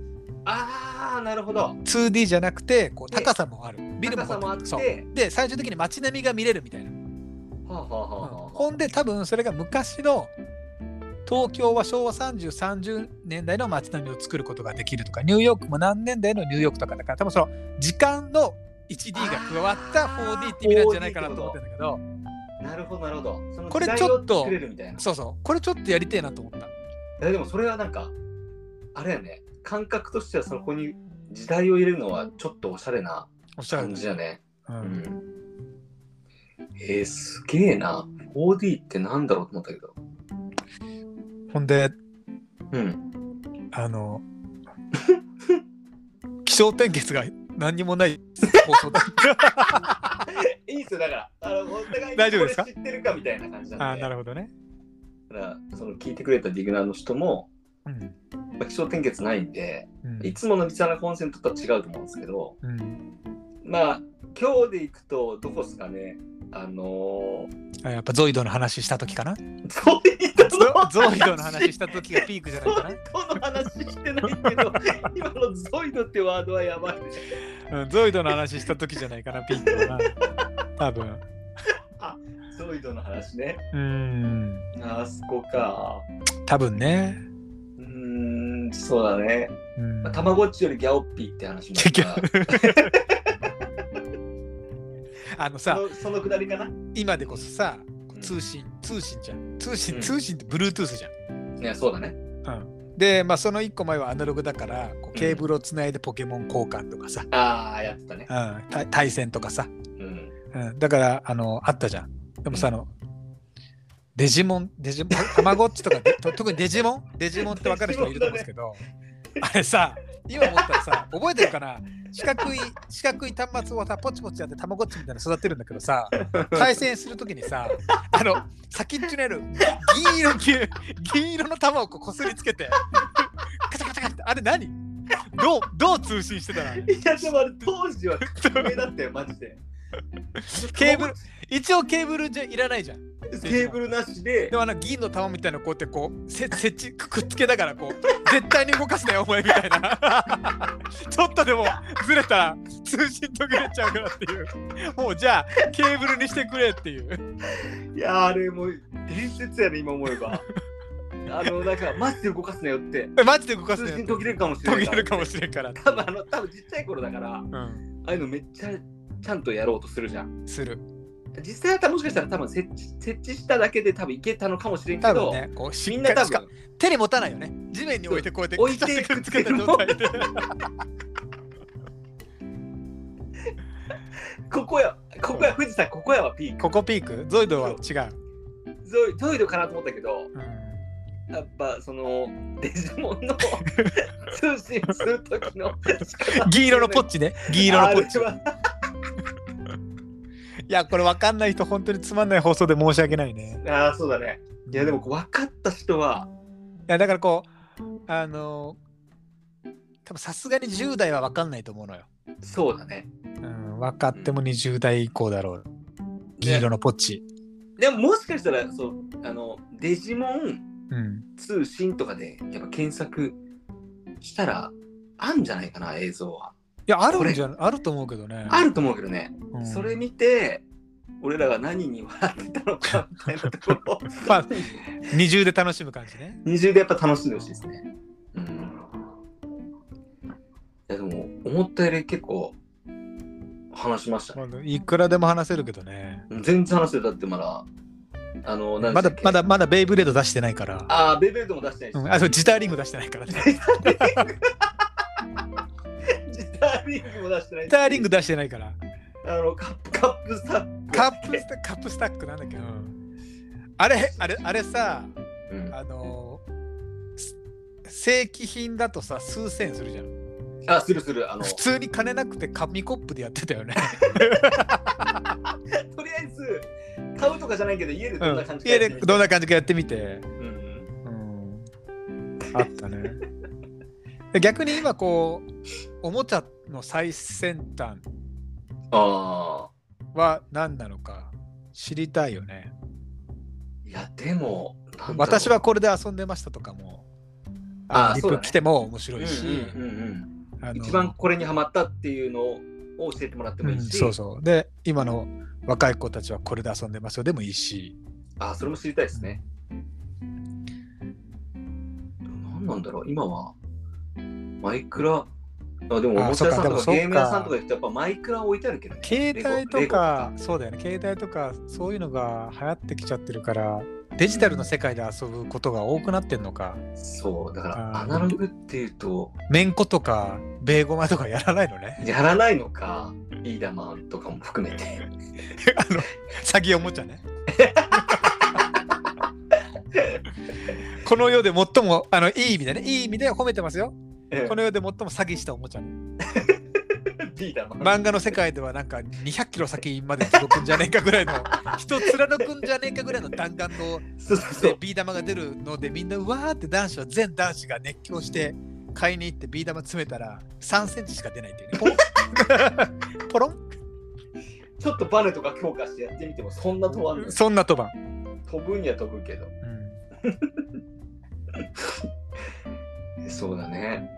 Speaker 2: ああ、なるほど。
Speaker 1: 2D じゃなくてこう
Speaker 2: で
Speaker 1: 高さもあるビルも
Speaker 2: 高さもあっ
Speaker 1: そう
Speaker 2: て、
Speaker 1: で最終的に街並みが見れるみたいな、うん
Speaker 2: はあはあはあはあ。
Speaker 1: ほんで多分それが昔の東京は昭和3030年代の街並みを作ることができるとかニューヨークも何年代のニューヨークとかだから多分その時間の 1D が加わった
Speaker 2: あー
Speaker 1: 4D って意味なんじゃないかなと思ってんだけど
Speaker 2: なるほど、なるほど。その
Speaker 1: これ
Speaker 2: 時代
Speaker 1: ちょっと
Speaker 2: を作れるみたいな。
Speaker 1: そうそうこれちょっとやりてえなと思った
Speaker 2: いやでもそれはなんか、あれやね、感覚としてはそこに時代を入れるのはちょっとおしゃれな
Speaker 1: おっしゃる
Speaker 2: 感
Speaker 1: んで
Speaker 2: じやね。
Speaker 1: う
Speaker 2: うんん。えー、すげえな。4D ってなんだろうと思ったけど。
Speaker 1: ほんで
Speaker 2: うん。
Speaker 1: あ の気象転結が何にもない放送だった
Speaker 2: いいっすよ、だから。あの、お互い
Speaker 1: 大丈夫ですか
Speaker 2: これ知ってるかみたいな感じなんで。
Speaker 1: あーなるほどね、
Speaker 2: だから、その聞いてくれたディグナーの人も、
Speaker 1: うん
Speaker 2: まあ、気象転結ないんで、
Speaker 1: うん
Speaker 2: いつものリサラコンセントとは違うと思うんですけど、
Speaker 1: うん、
Speaker 2: まあ、今日で行くと、どこですかね。あのー、
Speaker 1: あやっぱゾイドの話した時かな
Speaker 2: ゾイ
Speaker 1: ゾ
Speaker 2: ドの
Speaker 1: ゾイドの話した時がピークじゃないか
Speaker 2: この話してない けど、今のゾイドってワードはやばいね。
Speaker 1: な、うん、ゾイドの話した時じゃないかなピークはな多分
Speaker 2: ゾイドの話ね。
Speaker 1: うん
Speaker 2: あそこか。
Speaker 1: 多分ね
Speaker 2: うーん、そうだね。
Speaker 1: うん
Speaker 2: まあたまごっちよりギャオッピーって話もあるから
Speaker 1: ギあのさ
Speaker 2: そのそのくだりかな。
Speaker 1: 今でこそさ
Speaker 2: うん
Speaker 1: 通信、通信じゃん。通
Speaker 2: う
Speaker 1: 信、
Speaker 2: ん
Speaker 1: 通信って Bluetooth じゃん。
Speaker 2: ね、そうだね。
Speaker 1: で、まあ、その1個前はアナログだから、こうケーブルをつないでポケモン交換とかさ、
Speaker 2: ああ、やってたね。
Speaker 1: うん、た対戦とかさ、
Speaker 2: うん。
Speaker 1: うん、だから、あの、あったじゃん。でもさ、あの、デジモン、デジモン、たまごっちとか、でと特にデジモンデジモンって分かる人いると思うんですけど、あれさ、今思ったらさ、覚えてるかな四角い、四角い端末をさ、ポチポチやってたまごっちみたいなの育てるんだけどさ、対戦するときにさ、あの、先っちょにある銀色球、銀色の玉をこう擦りつけて、カチャカチャカチャって、あれ何どう、どう通信してたのあれ
Speaker 2: いや、でもあれ当時は上だったよ、マジで。
Speaker 1: ケーブル、一応ケーブルじゃいらないじゃん。
Speaker 2: ケーブルなしで
Speaker 1: で、もあの銀の玉みたいなのこうやってこうせ設置くくっつけながらこう絶対に動かすなよお前みたいな ちょっとでもずれたら通信途切れちゃうからっていうもうじゃあケーブルにしてくれっていう
Speaker 2: いや、あれもう伝説やね、今思 えば。あの、なんか、マジで動かすなよって。
Speaker 1: えマジで動かす
Speaker 2: 通
Speaker 1: な
Speaker 2: 信
Speaker 1: よ
Speaker 2: 途切れるかもしれ
Speaker 1: 途
Speaker 2: ない
Speaker 1: 切
Speaker 2: から。
Speaker 1: れるかもしれんから
Speaker 2: 多分あの、多分ちっちゃい頃だから、あ
Speaker 1: うん
Speaker 2: あいうのめっちゃちゃんとやろうとするじゃん。
Speaker 1: する
Speaker 2: 実際はもしかしたら多分設置設置しただけで多分いけたのかもしれんけ
Speaker 1: 多分
Speaker 2: ど、
Speaker 1: ねこうし
Speaker 2: み
Speaker 1: っ
Speaker 2: ん
Speaker 1: か
Speaker 2: な
Speaker 1: り
Speaker 2: 多
Speaker 1: しか
Speaker 2: 分
Speaker 1: 手に持たないよね地面に置いてこうやって
Speaker 2: そう置い
Speaker 1: カチャ
Speaker 2: て
Speaker 1: ってくっつけた状態で
Speaker 2: ここや、ここや、富士山、ここやはピーク。
Speaker 1: ここピークゾイドは違う、
Speaker 2: ゾイゾイドかなと思ったけど、
Speaker 1: うん
Speaker 2: やっぱそのデジモ ンの通信する時の
Speaker 1: 銀色のポッ
Speaker 2: チ
Speaker 1: チね銀色のポッチ
Speaker 2: あれはい
Speaker 1: やこれ分かんない人本当につまんない放送で申し訳ないね
Speaker 2: あーそうだねいやでも分かった人はい
Speaker 1: やだからこうあのー多分さすがに10代は分かんないと思うのよ、
Speaker 2: そうだね
Speaker 1: うん、分かっても20代以降だろう銀
Speaker 2: ね
Speaker 1: 色のポッチ、
Speaker 2: でももしかしたらそうあのデジモン
Speaker 1: うん、
Speaker 2: 通信とかでやっぱ検索したらあんじゃないかな映像は、
Speaker 1: いやあるんじゃんあると思うけどね
Speaker 2: あると思うけどね、
Speaker 1: うん
Speaker 2: それ見て俺らが何に笑ってたのかみたいなところを
Speaker 1: まあ二重で楽しむ感じね
Speaker 2: 二重でやっぱ楽しんでほしいですね。うん。いやでも思ったより結構話しましたね。
Speaker 1: まあいくらでも話せるけどね
Speaker 2: 全然話せたってまだあの何
Speaker 1: まだま
Speaker 2: だ
Speaker 1: だまだベイブレード出してないから
Speaker 2: ああベイベルトも出して
Speaker 1: う
Speaker 2: ない
Speaker 1: ん、
Speaker 2: し。
Speaker 1: あそうジターリング出してないからね
Speaker 2: ジターリングも出してないし。
Speaker 1: ジターリング出してないから
Speaker 2: あのカカップスタッフ。
Speaker 1: カップスタカップスタックなんだっけど、うんあれあれあれさ
Speaker 2: うん、
Speaker 1: あのーす正規品だとさ数千円するじゃん
Speaker 2: あするするあの
Speaker 1: 普通に金なくて紙コップでやってたよね、
Speaker 2: とりあえず買うとかじゃないけど家で
Speaker 1: う
Speaker 2: どんなん感、じ
Speaker 1: 家で
Speaker 2: やってみて
Speaker 1: どんな感じかやってみて、
Speaker 2: うん
Speaker 1: うん、あったねで逆に今こうおもちゃの最先端
Speaker 2: ああ
Speaker 1: は何なのか知りたいよね
Speaker 2: いやでもなんだろう
Speaker 1: 私はこれで遊んでましたとかも
Speaker 2: あ
Speaker 1: あのリ
Speaker 2: そうだ
Speaker 1: プ
Speaker 2: ね
Speaker 1: 来ても面白いし、
Speaker 2: うんうんうんうん
Speaker 1: あの
Speaker 2: 一番これにハマったっていうのを教えてもらってもいいし、
Speaker 1: うん、そうそうで今の若い子たちはこれで遊んでますよでもいいし
Speaker 2: あそれも知りたいですね。何なんだろう今はマイクラあでもお
Speaker 1: あ
Speaker 2: もちゃ屋さん
Speaker 1: そっかで
Speaker 2: と
Speaker 1: も
Speaker 2: か
Speaker 1: そっか
Speaker 2: ゲーム屋さんとか行くとやっぱマイクラ置いてあるけどね。
Speaker 1: 携帯
Speaker 2: レゴ
Speaker 1: と
Speaker 2: レゴと
Speaker 1: か
Speaker 2: か
Speaker 1: そうだよね携帯とかそういうのが流行ってきちゃってるからデジタルの世界で遊ぶことが多くなってんのか
Speaker 2: そうだから
Speaker 1: あ
Speaker 2: アナログっていうと
Speaker 1: めんことかベーゴマとかやらないのね
Speaker 2: やらないのかビーダマンとかも含めて
Speaker 1: あの詐欺おもち ゃねこの世で最もあのいい意味でねいい意味で褒めてますよこの世で最も詐欺したおもちゃね
Speaker 2: ビーダマン、
Speaker 1: 漫画の世界ではなんか200キロ先まで届くんじゃねえかぐら いの人貫くんじゃねえかぐらいの弾丸の
Speaker 2: そうそうそ
Speaker 1: で
Speaker 2: う
Speaker 1: ビー玉が出るのでみんなうわーって男子は全男子が熱狂して買いに行ってビー玉詰めたら3センチしか出ないっていうねポロン ポロン
Speaker 2: ちょっとバネとか強化してやってみてもそんな飛ばんの
Speaker 1: そんなとばん、
Speaker 2: 飛ぶには飛ぶけどそうだね。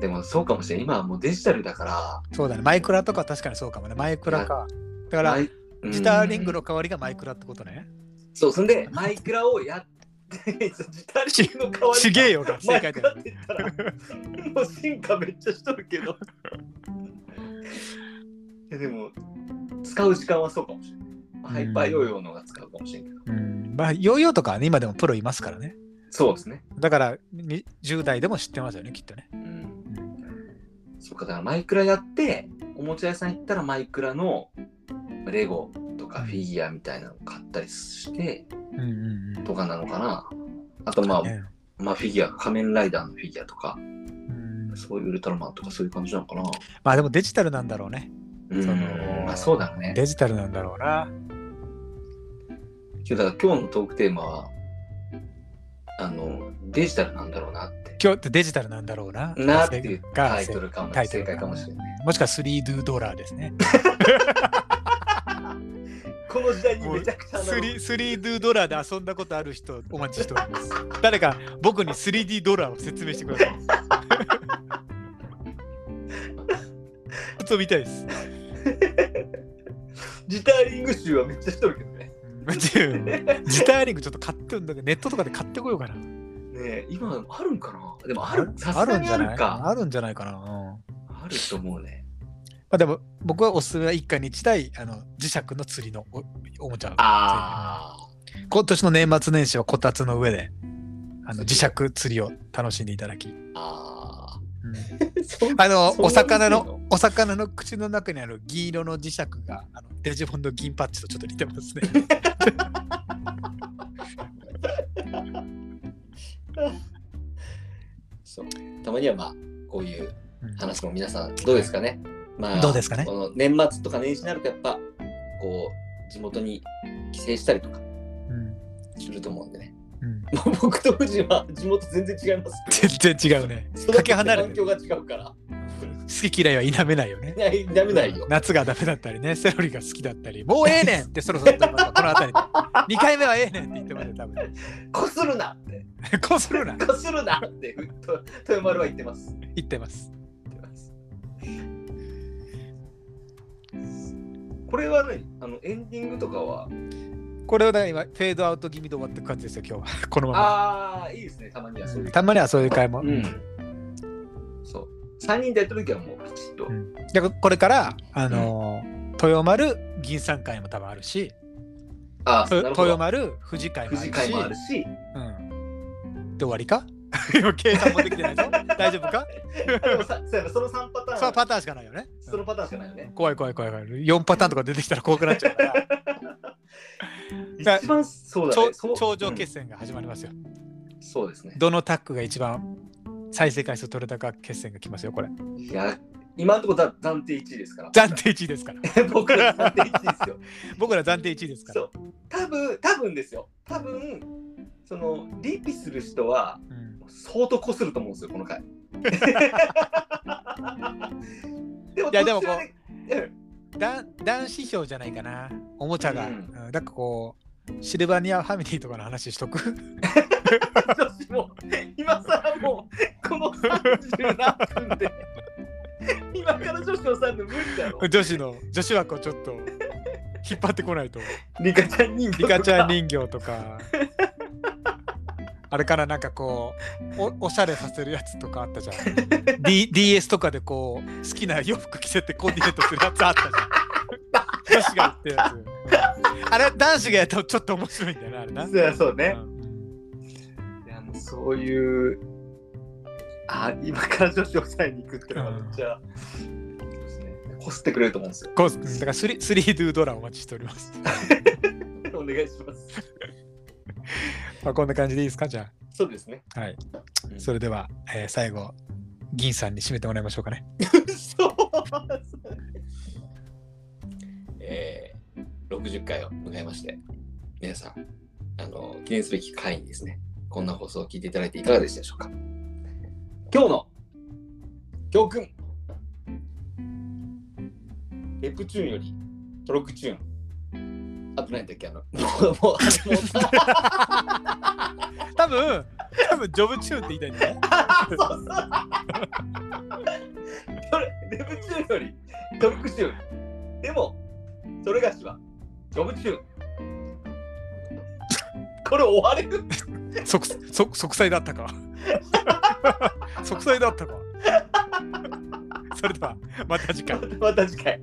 Speaker 2: でもそうかもしれない。今はもうデジタルだか。
Speaker 1: そうだねマイクラとか確かにそうかもねマイクラかだからら
Speaker 2: イ
Speaker 1: ギターリング
Speaker 2: の。
Speaker 1: の代わりがマイクラってことね
Speaker 2: そう、そんで、マイクラをやって、 ギターリングの代わり
Speaker 1: ちげえよが
Speaker 2: マ
Speaker 1: 正
Speaker 2: イ
Speaker 1: 解
Speaker 2: ク
Speaker 1: だ
Speaker 2: ラ
Speaker 1: よ
Speaker 2: って言ったら、もう進化めっちゃしとるけど。 いやでも、使う時間はそうかもしれない。ハイパーヨーヨーのが使うかもしれんけど。
Speaker 1: うんうんまあ、ヨーヨーとかはね、今でもプロいますからね。
Speaker 2: そうですね。
Speaker 1: だから、に10代でも知ってますよね、きっとね。
Speaker 2: うん。そっか、だからマイクラやって、おもちゃ屋さん行ったらマイクラのレゴとかフィギュアみたいなの買ったりして
Speaker 1: うんうんうん。
Speaker 2: とかなのかな。あとまあ、
Speaker 1: ね
Speaker 2: まあフィギュア、仮面ライダーのフィギュアとか、
Speaker 1: うん
Speaker 2: そういうウルトラマンとかそういう感じなのかな。
Speaker 1: まあでもデジタルなんだろうね。
Speaker 2: うん
Speaker 1: その
Speaker 2: まあそうだろうね。
Speaker 1: デジタルなんだろうな。
Speaker 2: 今日だから今日のトークテーマは、あの、デジタルなんだろうなって。
Speaker 1: 今日ってデジタルなんだろうな。
Speaker 2: なっていう
Speaker 1: が
Speaker 2: タイトルかも、
Speaker 1: タイト
Speaker 2: 正
Speaker 1: ル
Speaker 2: 解かもしれない。
Speaker 1: もしくは3 d ドラーですね。
Speaker 2: この時代
Speaker 1: にめち
Speaker 2: ゃくち
Speaker 1: スリー 3D ドラーで遊んだことある人お待ちしております。誰か僕に 3D ドラーを説明してください。ちょっと見たいです。
Speaker 2: ギタリング集はめっちゃしとるけど ね。
Speaker 1: マジでギターリングちょっと買ってんだけどネットとかで買ってこようかな。
Speaker 2: ねえ今あるんかなでもある、さす
Speaker 1: あ
Speaker 2: が
Speaker 1: るん
Speaker 2: に
Speaker 1: じゃ
Speaker 2: あ
Speaker 1: ない
Speaker 2: るか。
Speaker 1: あるんじゃないかな。うん
Speaker 2: あると思うね。
Speaker 1: まあ、でも僕はおすすめは一家に一台あの磁石の釣りのおおもちゃ
Speaker 2: あ
Speaker 1: 今年の年末年始はこたつの上であの磁石釣りを楽しんでいただき、う ん
Speaker 2: ーあー。
Speaker 1: あの
Speaker 2: そんな
Speaker 1: お魚
Speaker 2: 見て
Speaker 1: の
Speaker 2: んの
Speaker 1: お魚の口の中にある銀色の磁石があのデジフォンの銀パッチとちょっと似てますね
Speaker 2: そうたまにはまあ、こういう
Speaker 1: うん
Speaker 2: 話も皆さんどうですかね、まあ、
Speaker 1: どうですかね
Speaker 2: この年末とか年始になるとやっぱこう地元に帰省したりとか
Speaker 1: うん
Speaker 2: すると思うんでね
Speaker 1: うん
Speaker 2: もう僕と藤は地元全然違いますけど
Speaker 1: 全然違うね
Speaker 2: 育
Speaker 1: か
Speaker 2: って
Speaker 1: け
Speaker 2: きた
Speaker 1: 離れ
Speaker 2: 環
Speaker 1: てる
Speaker 2: 境が違うから
Speaker 1: 好き嫌いは否めないよね
Speaker 2: いやダメないよ
Speaker 1: 夏がダメだったりねセロリが好きだったりもうええねんってそろそろこの辺り2 回目はええねんって言ってますよ多分
Speaker 2: こするなって
Speaker 1: こうするな
Speaker 2: こするなってと豊丸は言ってます
Speaker 1: 言ってます
Speaker 2: 言ってますこれはねあのエンディングとかは
Speaker 1: これをだから今フェードアウト気味で終わってく感じですよ今日はこのまま
Speaker 2: ああいいですねたまにはそういう
Speaker 1: たまにはそういう会も、
Speaker 2: うんそう3人でやった時はもうピチッと、
Speaker 1: でこれから、あのー豊丸銀山会も多分あるし
Speaker 2: あ
Speaker 1: と
Speaker 2: あなるほ
Speaker 1: 豊
Speaker 2: ど
Speaker 1: 丸富士会もあ
Speaker 2: 富
Speaker 1: るし
Speaker 2: 士会もあるし
Speaker 1: うん、で終わりか 今計算もできてない ぞ大丈夫か
Speaker 2: でもさそうやなその3パターン
Speaker 1: そうパターンしかないよね、
Speaker 2: そのパターンしかないよね
Speaker 1: 怖い怖い怖い怖い4パターンとか出てきたら怖くなっちゃうからだ
Speaker 2: 一番そうだね
Speaker 1: 頂
Speaker 2: そう
Speaker 1: 頂上決戦が始まりますよ、
Speaker 2: うんそうですね
Speaker 1: どのタッグが一番再生回数取れたか決戦が来ますよこれ
Speaker 2: いや今のところだ暫定1位ですから
Speaker 1: 暫定1位ですから
Speaker 2: 僕ら暫定1位ですよ
Speaker 1: 僕ら暫定1位ですから
Speaker 2: そう多分多分ですよ多分そのリピする人は
Speaker 1: うん
Speaker 2: 相当こすると思うんですよこの 回 でも
Speaker 1: いやでも
Speaker 2: 途中でうん
Speaker 1: だ男子票じゃないかなおもちゃが、
Speaker 2: う
Speaker 1: うんんなんかこうシルバニアファミリーとかの話しとく
Speaker 2: 私も今さらもうこの30何分で今から女子のさんの無理だろ
Speaker 1: 女子の女子枠をちょっと引っ張ってこないと
Speaker 2: リカちゃん人形
Speaker 1: リカちゃん人形と かあれからなんかこうおおしゃれさせるやつとかあったじゃ ん、D、DS とかでこう好きな洋服着せてコーディネートするやつあった じゃん女子が言ったやつあれ男子がやったらちょっと面白いんだよなあれな、
Speaker 2: そうやそうね、
Speaker 1: うん
Speaker 2: いやそういうあ今から女子をさんに行くってのはめっちゃ、こすってくれると思うんですよ
Speaker 1: こうだからスリスリードゥドラお待ちしております
Speaker 2: お願いします
Speaker 1: まあ、こんな感じでいいですかじゃ
Speaker 2: そうですね
Speaker 1: あ。はい。
Speaker 2: うん
Speaker 1: それでは、えー最後、銀さんに締めてもらいましょうかね。
Speaker 2: そうえー、60回を迎えまして皆さんあの記念すべき会にですねこんな放送を聞いていただいていかがでしたでしょうか今日の教訓レプチューンよりトロクチューンあと何だっけあのもうもうあのもうさ
Speaker 1: 多分、多分、ジョブチューンって言いたいんだよね。
Speaker 2: そうそうそれレプチューンよりトロクチューンでもそれがしはジョブチューンこれ終われる
Speaker 1: 即即即裁だったか。 即裁だったか。それでは、また次回。
Speaker 2: また次回。